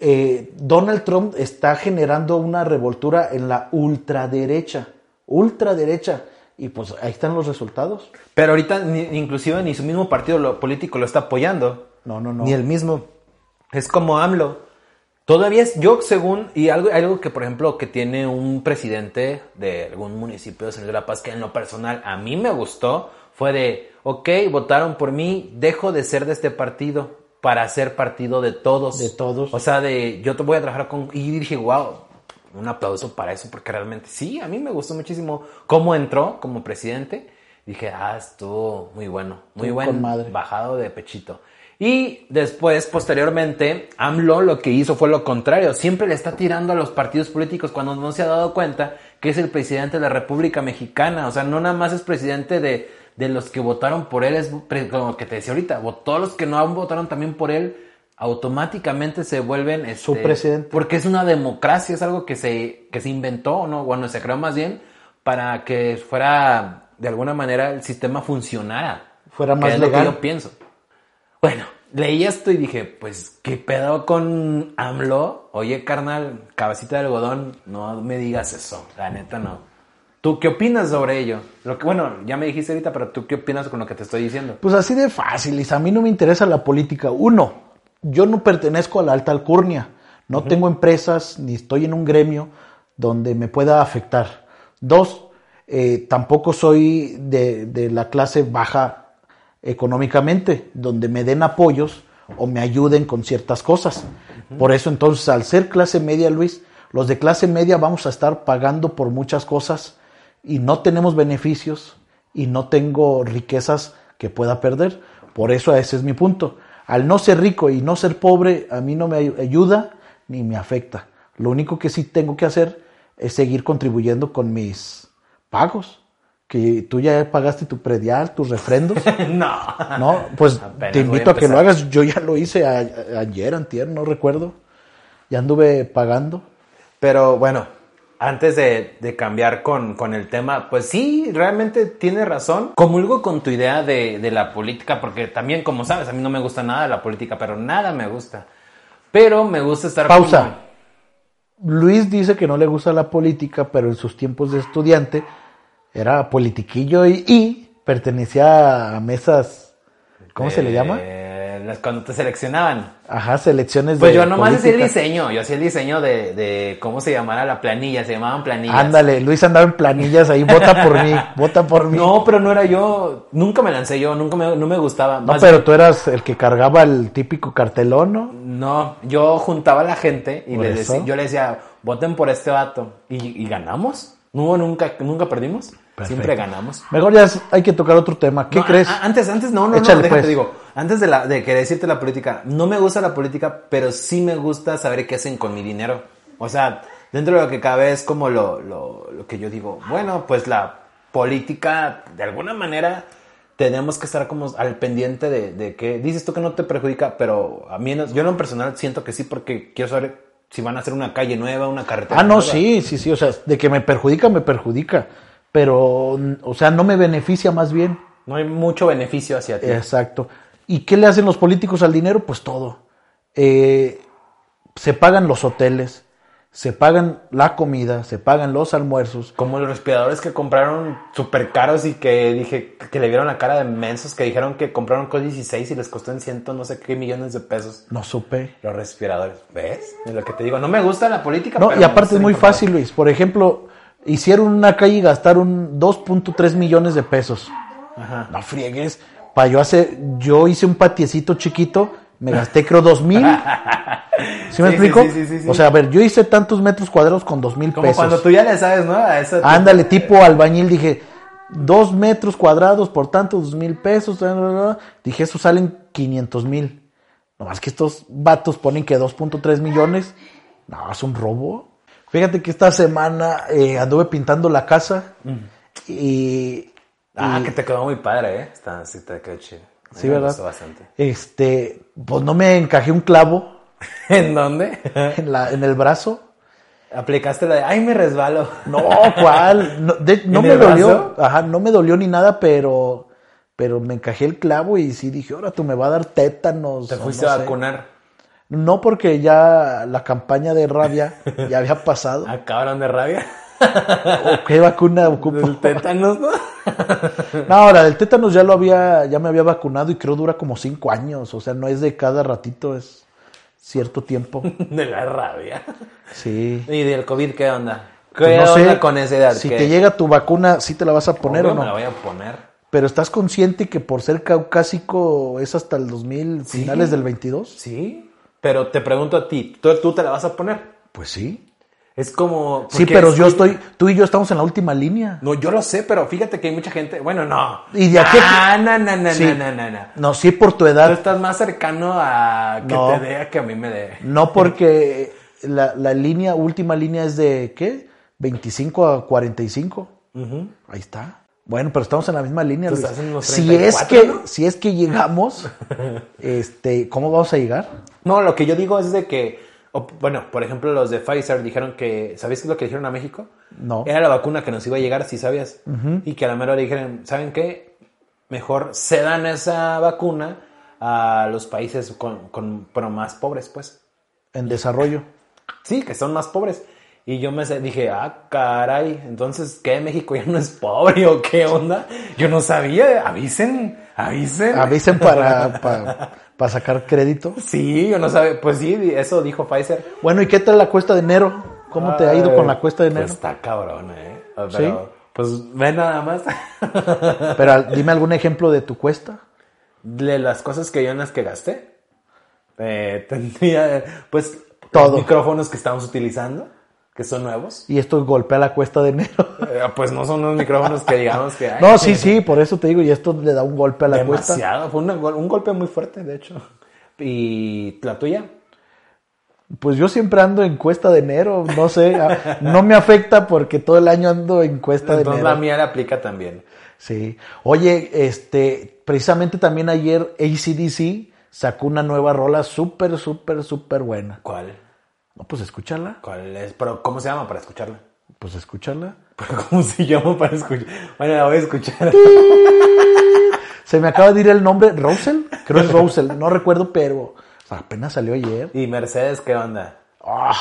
eh, Donald Trump está generando una revoltura en la ultraderecha, ultraderecha, y pues ahí están los resultados.
Pero ahorita ni- inclusive ni su mismo partido lo- político lo está apoyando.
No, no, no.
Ni el mismo. Es como AMLO. Todavía es, yo según, y algo, algo que por ejemplo que tiene un presidente de algún municipio de San Luis de la Paz, que en lo personal a mí me gustó, fue de, ok, votaron por mí, dejo de ser de este partido para ser partido de todos.
De todos.
O sea, de, yo te voy a trabajar con, y dije, wow, un aplauso para eso, porque realmente sí, a mí me gustó muchísimo cómo entró como presidente. Dije, ah, estuvo muy bueno, muy
Estuvo
bueno
con madre.
bajado de pechito. Y después, posteriormente, AMLO lo que hizo fue lo contrario. Siempre le está tirando a los partidos políticos cuando no se ha dado cuenta que es el presidente de la República Mexicana. O sea, no nada más es presidente de, de los que votaron por él, es pre- como que te decía ahorita, vo- todos los que no votaron también por él automáticamente se vuelven... Este,
Su presidente.
Porque es una democracia, es algo que se, que se inventó, ¿no? Bueno, se creó más bien para que fuera, de alguna manera, el sistema funcionara.
Fuera
Que
más
es lo que
legal.
yo pienso. Bueno, leí esto y dije, pues, ¿qué pedo con AMLO? Oye, carnal, cabecita de algodón, no me digas eso. La neta, no. ¿Tú qué opinas sobre ello? Lo que, bueno, ya me dijiste ahorita, pero ¿tú qué opinas con lo que te estoy diciendo?
Pues así de fácil, Isa. A mí no me interesa la política. Uno, yo no pertenezco a la alta alcurnia. No tengo empresas ni estoy en un gremio donde me pueda afectar. Dos, eh, tampoco soy de, de la clase baja económicamente, donde me den apoyos o me ayuden con ciertas cosas. Por eso entonces, al ser clase media, Luis, los de clase media vamos a estar pagando por muchas cosas y no tenemos beneficios y no tengo riquezas que pueda perder. Por eso ese es mi punto. Al no ser rico y no ser pobre, a mí no me ay- ayuda ni me afecta. Lo único que sí tengo que hacer es seguir contribuyendo con mis pagos. Que tú ya pagaste tu predial, tus refrendos.
no.
No, pues
Apenas
te
voy
invito a, que lo
empezar.
hagas. Yo ya lo hice a- ayer, antier, no recuerdo. Ya anduve pagando.
Pero bueno, antes de, de cambiar con, con el tema, pues sí, realmente tienes razón. Comulgo con tu idea de, de la política, porque también, como sabes, a mí no me gusta nada la política, pero nada me gusta. Pero me gusta estar...
Pausa.
como-
Luis dice que no le gusta la política, pero en sus tiempos de estudiante era politiquillo y, y pertenecía a mesas, ¿cómo se le
Eh,
llama?
las- Cuando te seleccionaban.
Ajá, selecciones
Pues
de
yo nomás hacía el
política.
diseño, yo hacía el diseño de, de cómo se llamara la planilla, se llamaban planillas.
Ándale, Luis andaba en planillas ahí, vota por mí, vota por mí.
No, pero no era yo, nunca me lancé yo, nunca me, no me gustaba.
No,
Más
pero tú eras el que cargaba el típico cartelón, ¿no?
No, yo juntaba a la gente y
¿Por
le
eso?
decía, yo le decía, voten por este vato. ¿Y, y ganamos? No, hubo nunca, nunca perdimos. Siempre ganamos.
Mejor ya es- hay que tocar otro tema. ¿Qué
No, ah,
crees?
a- a- antes, antes, no, no,
Échale,
no, déjate,
pues.
digo. Antes de, la, de querer decirte la política, no me gusta la política, pero sí me gusta saber qué hacen con mi dinero. O sea, dentro de lo que cabe es como lo, lo, lo que yo digo. Bueno, pues la política, de alguna manera, tenemos que estar como al pendiente de, de que dices tú que no te perjudica, pero a mí, no- yo en lo personal siento que sí, porque quiero saber si van a hacer una calle nueva, una carretera
Ah, no,
nueva.
sí, sí, sí. O sea, de que me perjudica, me perjudica. Pero, mm, o sea, no me beneficia más bien.
No hay mucho beneficio hacia ti.
Eh, Exacto. ¿Y qué le hacen los políticos al dinero? Pues todo. Eh, se pagan los hoteles, se pagan la comida, se pagan los almuerzos.
Como los respiradores que compraron súper caros y que dije que le vieron la cara de mensos, que dijeron que compraron con 16 y les costó en ciento no sé qué millones de pesos.
No supe.
Los respiradores, ¿ves? Es lo que te digo. No me gusta la política.
No,
pero
y
me
aparte
gusta
es
la
muy
información.
fácil, Luis. Por ejemplo, hicieron una calle y gastaron 2.3 millones de pesos.
Ajá.
No friegues. Pa yo hace, yo hice un patiecito chiquito, me gasté creo dos mil. ¿Sí me
Sí, sí,
explico?
sí, sí, sí, sí.
O sea, a ver, yo hice tantos metros cuadrados con dos mil
Como
pesos.
cuando tú ya le sabes, ¿no? A eso.
Ándale, tipo albañil, dije, dos metros cuadrados por tantos dos mil pesos. bla, bla, bla. Dije, eso salen 500 mil. Nomás que estos vatos ponen que 2.3 millones. No, es un robo. Fíjate que esta semana eh, anduve pintando la casa y...
Ah,
y-
que te quedó muy padre, ¿eh? Está, sí, te quedó chido. A mí
Sí,
me
¿verdad?
gustó bastante.
Este, pues no me encajé un clavo
¿En dónde?
en, la, en el brazo.
Aplicaste la de, ay, me resbalo.
No, ¿cuál? No, de- no
¿En
me
el
dolió.
brazo?
Ajá, no me dolió ni nada, pero, pero me encajé el clavo y sí dije, ahora tú me va a dar tétanos.
Te
o
fuiste
no
a
sé".
vacunar.
No, porque ya la campaña de rabia ya había pasado.
Ah, cabrón de rabia.
¿O ¿Qué vacuna ocupo?
El tétanos, ¿no?
No, ahora el tétanos ya lo había, ya me había vacunado y creo dura como cinco años. O sea, no es de cada ratito, es cierto tiempo.
De la rabia.
Sí.
¿Y del COVID qué onda? ¿Qué
Pues no sé,
onda con esa edad?
Si
¿Qué?
te llega tu vacuna, ¿sí te la vas a poner
Hombre,
o no?
Me la voy a poner.
Pero estás consciente que por ser caucásico es hasta el 2000,
Sí.
finales del 22?
Sí. Pero te pregunto a ti, ¿tú, tú te la vas a poner?
Pues sí.
Es como...
Sí,
porque
pero
es-
yo estoy, tú y yo estamos en la última línea.
No, yo lo sé, pero fíjate que hay mucha gente... Bueno, no.
¿Y de a qué-
Ah, no, no, no,
Sí.
no, no, no, no.
No, sí por tu
Tú
edad,
estás más cercano a que
No.
te dé a que a mí me dé.
no porque la, la línea, última línea es de, ¿qué? 25 a 45. Ahí está. Bueno, pero estamos en la misma línea,
Pues
Luis.
hacen los
si, es
34,
que,
¿no?
si es que llegamos, este, ¿cómo vamos a llegar?
No, lo que yo digo es de que, o, bueno, por ejemplo, los de Pfizer dijeron que, ¿sabéis qué es lo que dijeron a México?
No.
Era la vacuna que nos iba a llegar, si sabías. Y que a la mera hora dijeron, ¿saben qué? Mejor cedan esa vacuna a los países con, con pero más pobres, pues.
En desarrollo.
Sí, que son más pobres. Y yo me se- dije, ah, caray, entonces, ¿qué? ¿México ya no es pobre o qué onda? Yo no sabía, avisen, avisen.
Avisen para, para, para sacar crédito.
Sí, yo no sabía, pues sí, eso dijo Pfizer.
Bueno, ¿y qué tal la cuesta de enero? ¿Cómo te ha ido
Ay,
con la cuesta de
pues
enero?
está cabrón, ¿eh? Pero,
¿Sí?
Pues ve nada más pues,
Pero al- dime algún ejemplo de tu cuesta.
de las cosas que yo en las que gasté. eh, tendría, pues,
Todo.
los micrófonos que estamos utilizando, que son nuevos.
Y esto golpea la cuesta de enero.
Eh, pues no son unos micrófonos que digamos que hay.
No, sí, sí, por eso te digo, y esto le da un golpe a la cuesta.
Demasiado, fue una gol- un golpe muy fuerte, de hecho. ¿Y la tuya?
Pues yo siempre ando en cuesta de enero, no sé, a- no me afecta porque todo el año ando en cuesta de
Entonces
enero.
la mía le aplica también.
Sí. Oye, este, precisamente también ayer ACDC sacó una nueva rola súper, súper, súper buena.
¿Cuál?
No, pues escúchala,
¿Cuál es? Pero, ¿cómo se llama para escucharla?
pues escúchala.
Pero, ¿Cómo se llama para escuchar? Bueno, la voy a escuchar.
Se me acaba de ir el nombre, Rosel, creo es Rosel, no recuerdo, pero o sea, apenas salió ayer.
¿Y Mercedes qué onda?
Ah,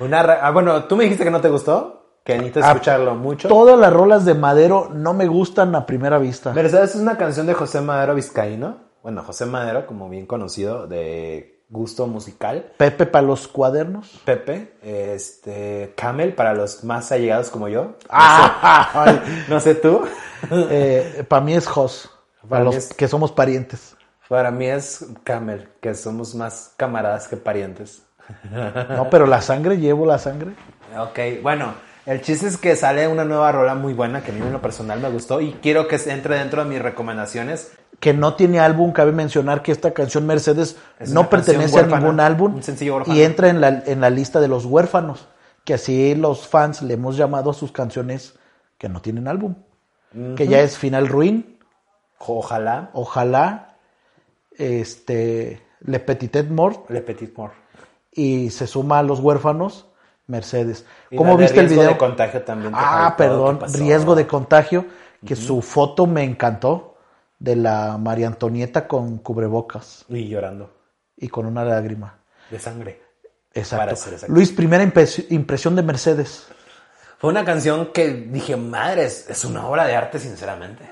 Una re- ah, bueno, tú me dijiste que no te gustó, que necesitas
Ah,
escucharlo mucho.
todas las rolas de Madero no me gustan a primera vista.
Mercedes es una canción de José Madero Vizcaíno. Bueno, José Madero, como bien conocido, de gusto musical.
Pepe para los cuadernos.
Pepe, este, Camel, para los más allegados como yo.
Ah,
No sé tú.
eh, para mí es Jos, para,
Para mí
los
es-
que somos parientes.
Para mí es Camel, que somos más camaradas que parientes.
No, pero la sangre, llevo la sangre.
Ok, bueno, el chiste es que sale una nueva rola muy buena que a mí en lo personal me gustó y quiero que se entre dentro de mis recomendaciones.
Que no tiene álbum, cabe mencionar que esta canción Mercedes
Es
no
una canción
pertenece a
huérfana,
ningún álbum
un sencillo huérfano.
y entra en la, en la lista de los huérfanos, que así los fans le hemos llamado a sus canciones que no tienen álbum, que ya es Final Ruin,
Ojalá.
Ojalá, este, Le Petit Et Mort
Le Petit Mort.
y se suma a los huérfanos Mercedes.
Y
¿Cómo
la de
viste el
riesgo
video?
de contagio también. te
Ah,
faltó,
perdón,
¿qué pasó?
riesgo de contagio, que su foto me encantó, de la María Antonieta con cubrebocas
Y llorando.
y con una lágrima.
De sangre. Para
Exacto.
ser exacto.
Luis, primera impres- impresión de Mercedes.
Fue una canción que dije, madres, es una obra de arte, sinceramente.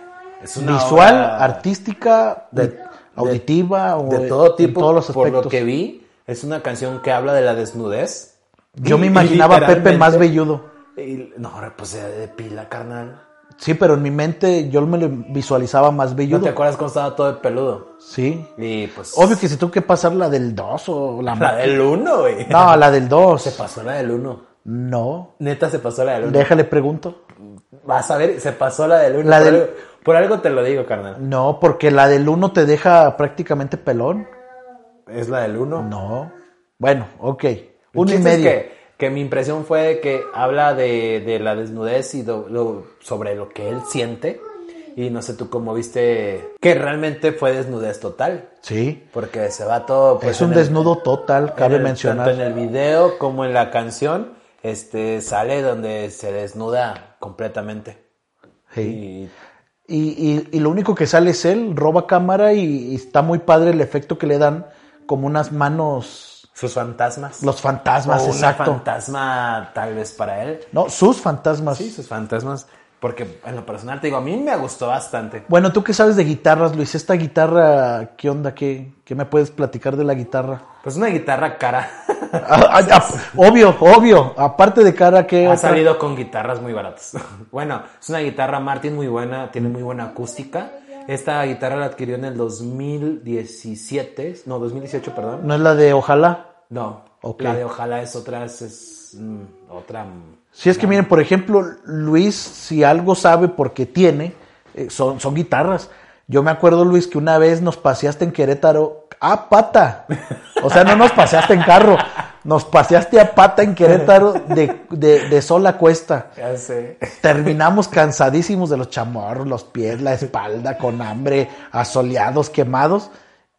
Es una
Visual,
obra
artística,
de-
de- auditiva o
de todo
en
tipo.
todos los
por lo
aspectos.
que vi, es una canción que habla de la desnudez.
Yo me
Y- y
imaginaba a Pepe más
literalmente-
velludo.
y- no, pues se depila, carnal.
Sí, pero en mi mente yo me lo visualizaba más
¿No te
velludo.
acuerdas cómo estaba todo de peludo?
sí.
Y pues.
Obvio que si tuvo que pasar la del 2 o la,
La del 1, güey.
No, la del
Se
2.
pasó la del 1.
No.
Neta, se pasó la del 1.
Déjale pregunto.
Vas a ver, se pasó la del 1.
La
por,
del-
algo, por algo te lo digo, carnal.
No, porque la del 1 te deja prácticamente pelón.
Es la del 1.
No. Bueno, ok.
El
Uno y
chiste es
medio.
que, que mi impresión fue de que habla de, de la desnudez y do- lo- sobre lo que él siente. Y no sé tú cómo viste que realmente fue desnudez total.
Sí.
Porque se va todo. pues,
es un
en el-
desnudo total,
en
cabe
el-
mencionar.
Tanto en el video como en la canción, este sale donde se desnuda completamente. Y
Sí. Y, y- y lo único que sale es él, roba cámara y, y está muy padre el efecto que le dan como unas manos,
sus fantasmas.
los fantasmas,
o
exacto.
Un fantasma tal vez para él.
No, sus fantasmas.
Sí, sus fantasmas. Porque en lo personal te digo, a mí me gustó bastante.
Bueno, ¿tú qué sabes de guitarras, Luis? ¿Esta guitarra qué onda? ¿Qué, qué me puedes platicar de la guitarra?
Pues una guitarra cara.
Ah, ah, ah, obvio, obvio. Aparte de cara que
ha salido con guitarras muy baratas. bueno, es una guitarra Martin muy buena, tiene muy buena acústica. Esta guitarra la adquirió en el 2017, no, 2018, perdón.
no es la de ojalá.
No.
Ok.
La de ojalá es otra, es, es, mm, otra. mm,
Si es que miren, por ejemplo, Luis, si algo sabe porque tiene, eh, son, son guitarras. Yo me acuerdo, Luis, que una vez nos paseaste en Querétaro a pata. O sea, no nos paseaste en carro. Nos paseaste a pata en Querétaro de, de, de sol a cuesta.
Ya sé.
Terminamos cansadísimos de los chamorros, los pies, la espalda, con hambre, asoleados, quemados.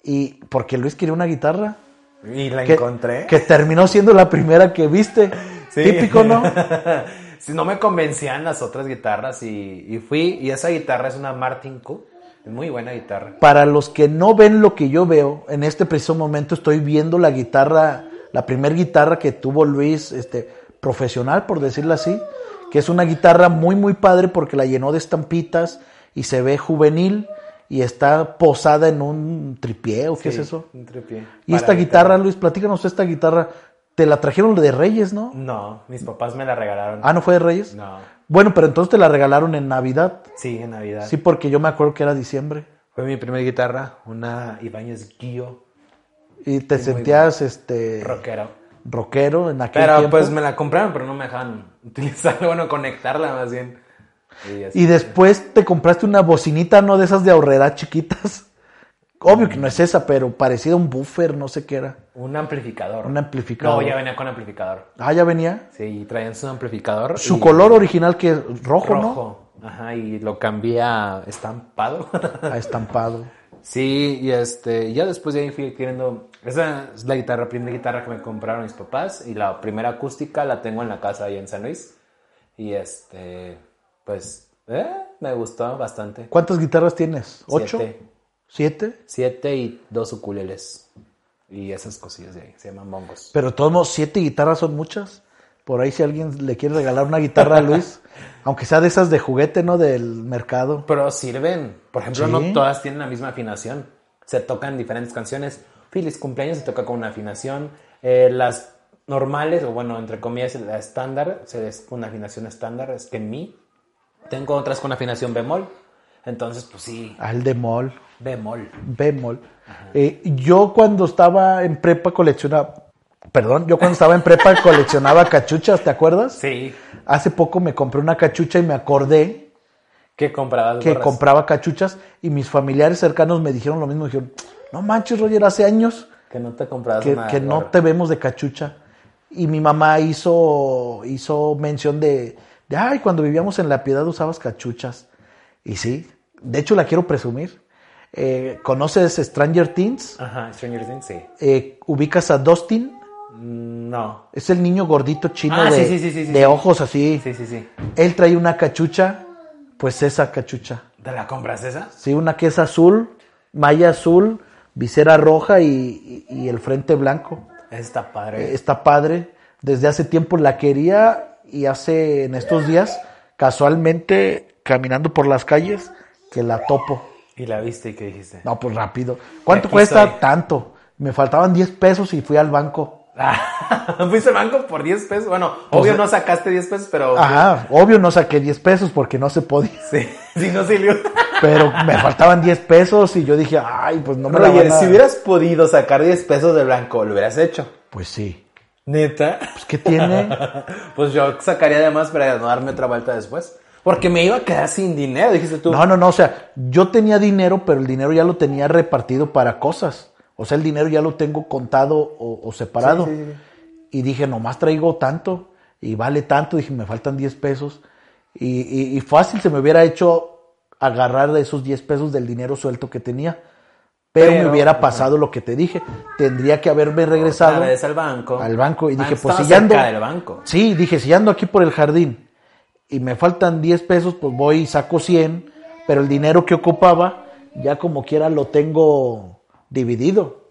Y porque Luis quería una guitarra
Y la
que,
encontré.
que terminó siendo la primera que viste.
Sí.
Típico, ¿no?
Si no me convencían las otras guitarras y, y fui. Y esa guitarra es una Martin Q. Es muy buena guitarra.
Para los que no ven lo que yo veo, en este preciso momento estoy viendo la guitarra, la primer guitarra que tuvo Luis, este, profesional, por decirlo así, que es una guitarra muy, muy padre porque la llenó de estampitas y se ve juvenil y está posada en un tripié o qué es
Sí,
eso.
un tripié.
Y
Para
esta guitarra, Luis, platícanos esta guitarra, te la trajeron de Reyes, ¿no?
No, mis papás me la regalaron.
Ah, ¿no fue de Reyes?
No.
Bueno, pero entonces te la regalaron en Navidad.
Sí, en Navidad.
Sí, porque yo me acuerdo que era diciembre.
Fue mi primera guitarra, una Ibáñez Guío
Y te sentías este
rockero.
rockero en aquel
Pero
tiempo.
pues me la compraron, pero no me dejaban utilizarla, bueno, conectarla más bien. Y así.
Y después te compraste una bocinita, ¿no? De esas de ahorrera chiquitas. Obvio que no es esa, pero parecida a un buffer, no sé qué era.
Un amplificador.
Un amplificador.
No, ya venía con amplificador.
Ah, ya venía.
Sí, traían su amplificador.
Su
y-
color original que es rojo,
rojo. Ajá, y lo cambié a estampado.
¿no? A Ah, estampado.
sí, y este, ya después de ahí fui adquiriendo. Esa es la guitarra, primera guitarra que me compraron mis papás. Y la primera acústica la tengo en la casa ahí en San Luis. Y este, pues, eh, me gustó bastante.
¿Cuántas guitarras tienes? ¿Ocho?
Siete.
¿Siete?
Siete y dos ukuleles. Y esas cosillas de ahí, se llaman bongos.
Pero de todos modos, siete guitarras son muchas. Por ahí si alguien le quiere regalar una guitarra a Luis, aunque sea de esas de juguete, ¿no? Del mercado.
Pero sirven. Por ejemplo,
Sí.
no todas tienen la misma afinación. Se tocan diferentes canciones. Feliz cumpleaños se toca con una afinación. Eh, las normales, o bueno, entre comillas, la estándar, se es una afinación estándar, es que mi. Tengo otras con afinación bemol. Entonces, pues sí,
Al de mol.
bemol.
Bemol. Eh, yo cuando estaba en prepa coleccionaba, perdón, yo cuando estaba en prepa coleccionaba cachuchas, ¿te acuerdas?
Sí.
Hace poco me compré una cachucha y me acordé
¿Qué comprabas?
que
gorras?
compraba cachuchas y mis familiares cercanos me dijeron lo mismo, dijeron, no manches Roger, hace años
Que no te comprabas
que,
una
que no
gorra.
te vemos de cachucha. Y mi mamá hizo, hizo mención de, de, ay, cuando vivíamos en La Piedad usabas cachuchas. Y sí, de hecho la quiero presumir. Eh, ¿Conoces Stranger Things?
Ajá, Stranger Things, sí.
eh, ubicas a Dustin,
Mm, No.
es el niño gordito chino
Ah,
de,
sí, sí, sí, sí, sí,
de
sí.
ojos así.
Sí, sí, sí.
Él trae una cachucha, pues esa cachucha.
¿Te la compras esa?
Sí, una que es azul, malla azul, visera roja y, y- y el frente blanco.
Está
Eh,
padre.
Está padre. Desde hace tiempo la quería y hace en estos días, casualmente, caminando por las calles, que la topo.
¿Y la viste y qué dijiste?
No, pues rápido. ¿Cuánto
aquí
cuesta
soy.
tanto? Me faltaban 10 pesos y fui al banco.
Ah, Fuiste al banco por 10 pesos. Bueno,
O
obvio
sea-
no sacaste 10 pesos, pero
Pues Ajá, obvio no saqué 10 pesos porque no se podía,
sí, sí no sirvió.
pero me faltaban 10 pesos y yo dije, ay, pues no me la
Roger,
van a-
si hubieras podido sacar 10 pesos del banco, lo hubieras hecho.
Pues sí,
Neta.
pues ¿qué tiene?
Pues yo sacaría además para no darme otra vuelta después. Porque me iba a quedar sin dinero, dijiste tú.
No, no, no, o sea, yo tenía dinero, pero el dinero ya lo tenía repartido para cosas. O sea, el dinero ya lo tengo contado o, o separado.
Sí, sí, sí.
Y dije, nomás traigo tanto y vale tanto. Dije, me faltan 10 pesos. Y, y- y fácil se me hubiera hecho agarrar de esos 10 pesos del dinero suelto que tenía. Pero, me
Pero-
hubiera pasado lo que te dije. Tendría que haberme
Otra
regresado.
vez al banco.
al banco y
Ah,
dije,
estaba
pues, si ya ando-
cerca del banco.
Sí, dije, si ando aquí por el jardín y me faltan 10 pesos, pues voy y saco 100, pero el dinero que ocupaba ya como quiera lo tengo dividido.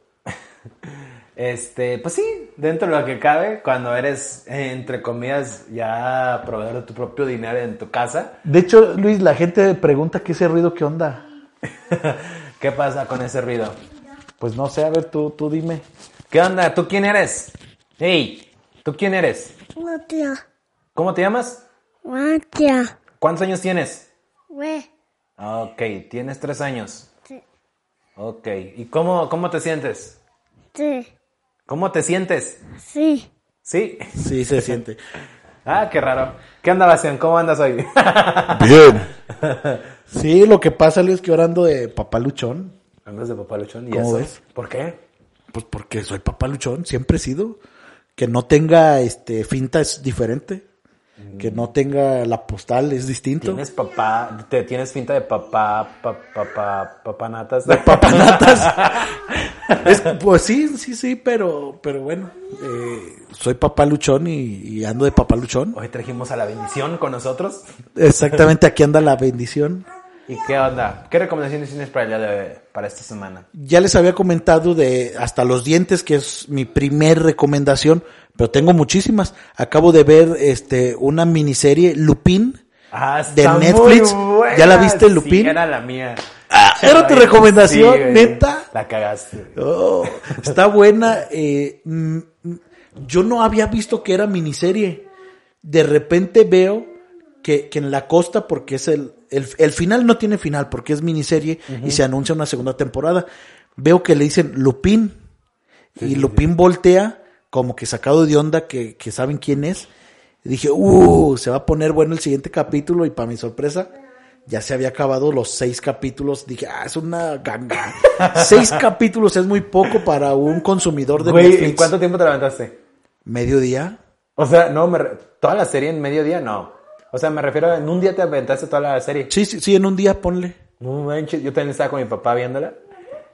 Este, pues sí, dentro de lo que cabe, cuando eres, eh, entre comillas, ya proveedor de tu propio dinero en tu casa,
De hecho, Luis, la gente pregunta qué ese ruido, qué onda.
¿qué pasa con ese ruido?
Pues no sé, a ver, tú, tú dime.
¿Qué onda? ¿Tú quién eres? Hey, ¿tú quién eres?
Watia,
¿Cómo te llamas?
watia,
¿Cuántos años tienes?
we,
Ah, Ok, tienes tres años.
te,
Ok, ¿y cómo, cómo te sientes?
te,
¿Cómo te sientes?
si,
Sí.
Sí, se siente.
Ah, qué raro. ¿Qué onda, Bastián? ¿Cómo andas hoy?
Bien. Sí, lo que pasa, Luis, que orando de papaluchón,
Andas de papá luchón. ¿Y
¿Cómo
eso?
ves?
¿Por qué?
pues porque soy papaluchón, siempre he sido. que no tenga este finta es diferente, que no tenga la postal es distinto.
Tienes papá, te tienes finta de papá, pa- papá, papanatas.
Papanatas. Es- pues sí, sí, sí, pero, pero bueno, eh, soy papá luchón y, y ando de papá luchón.
Hoy trajimos a la bendición con nosotros.
Exactamente, aquí anda la bendición.
¿Y qué onda? ¿Qué recomendaciones tienes para el día de para esta semana?
Ya les había comentado de Hasta los dientes, que es mi primer recomendación, pero tengo muchísimas. Acabo de ver este una miniserie Lupin.
Ah,
De
está muy
Netflix.
buena.
¿Ya la viste,
Sí,
Lupin?
era la mía.
Ah, era tu
Ay,
recomendación,
güey.
neta.
La cagaste. güey.
Oh, está buena. eh, mm, mm, yo no había visto que era miniserie. De repente veo que, que en la costa, porque es el, el, el final no tiene final, porque es miniserie y se anuncia una segunda temporada. Veo que le dicen Lupín. y Lupín voltea, como que sacado de onda, que, que saben quién es. Y dije, uh, se va a poner bueno el siguiente capítulo. Y para mi sorpresa, ya se había acabado los seis capítulos. Dije, ah, es una ganga. seis capítulos es muy poco para un consumidor de
Güey,
Netflix.
¿en cuánto tiempo te levantaste?
Mediodía.
O sea, no, me re- toda la serie en mediodía, no. O sea, me refiero a en un día te aventaste toda la serie.
Sí, sí, sí, en un día ponle.
No manches, yo también estaba con mi papá viéndola.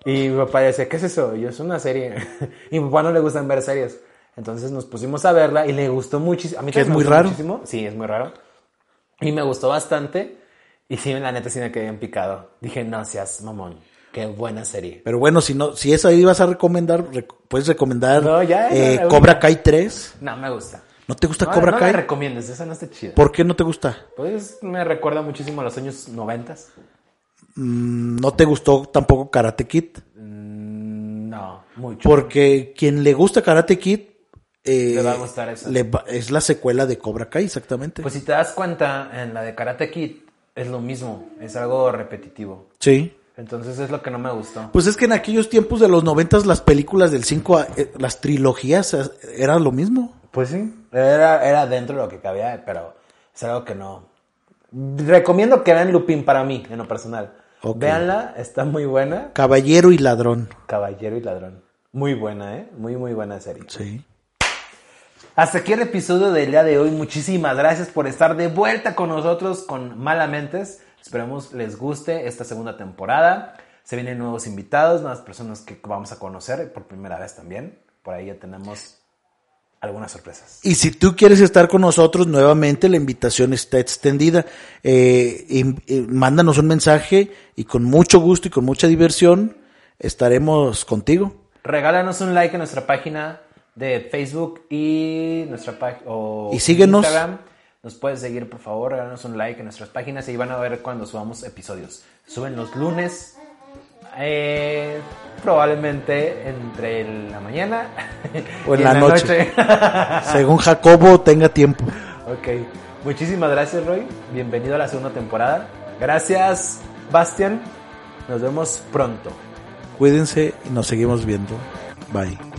Y mi papá decía, ¿qué es eso? Y yo, es una serie. y a mi papá no le gustan ver series. Entonces nos pusimos a verla y le gustó muchísimo. A mí
Que es
también me
muy
gustó
raro.
Muchísimo. Sí, es muy raro. Y me gustó bastante. Y sí, la neta sí me quedé en picado. Dije, no seas mamón. Qué buena serie.
Pero bueno, si no, si esa ahí vas a recomendar, rec- puedes recomendar
No, ya, ya,
eh,
ya, ya.
Cobra Kai 3.
No, me gusta.
¿No te gusta
No,
Cobra
no
Kai?
la recomiendas, esa no está chida.
¿Por qué no te gusta?
Pues me recuerda muchísimo a los años noventas.
Mm, ¿No te gustó tampoco Karate Kid?
Mm, No, mucho.
Porque quien le gusta Karate Kid eh,
Le va a gustar esa.
le va- es la secuela de Cobra Kai, exactamente.
Pues si te das cuenta, en la de Karate Kid es lo mismo, es algo repetitivo.
sí.
Entonces es lo que no me gustó.
Pues es que en aquellos tiempos de los noventas las películas del 5, a- eh, las trilogías eh, eran lo mismo.
Pues sí. Era, era dentro de lo que cabía, pero es algo que no. Recomiendo que vean Lupin para mí, en lo personal.
Ok.
Véanla, está muy buena.
Caballero y ladrón.
Caballero y Ladrón. Muy buena, ¿eh? Muy, muy buena serie.
Sí.
Hasta aquí el episodio del día de hoy. Muchísimas gracias por estar de vuelta con nosotros con Malamentes. Esperemos les guste esta segunda temporada. Se vienen nuevos invitados, nuevas personas que vamos a conocer por primera vez también. Por ahí ya tenemos algunas sorpresas.
Y si tú quieres estar con nosotros nuevamente, la invitación está extendida. Eh, y- y mándanos un mensaje y con mucho gusto y con mucha diversión estaremos contigo.
Regálanos un like en nuestra página de Facebook y nuestra página o
Y síguenos.
Instagram. Nos puedes seguir, por favor, regálanos un like en nuestras páginas y van a ver cuando subamos episodios. Suben los lunes, eh, probablemente entre la mañana
O en
y
la noche. Según Jacobo tenga tiempo.
ok, muchísimas gracias, Roy. Bienvenido a la segunda temporada. Gracias, Bastian. Nos vemos pronto.
Cuídense y nos seguimos viendo. Bye.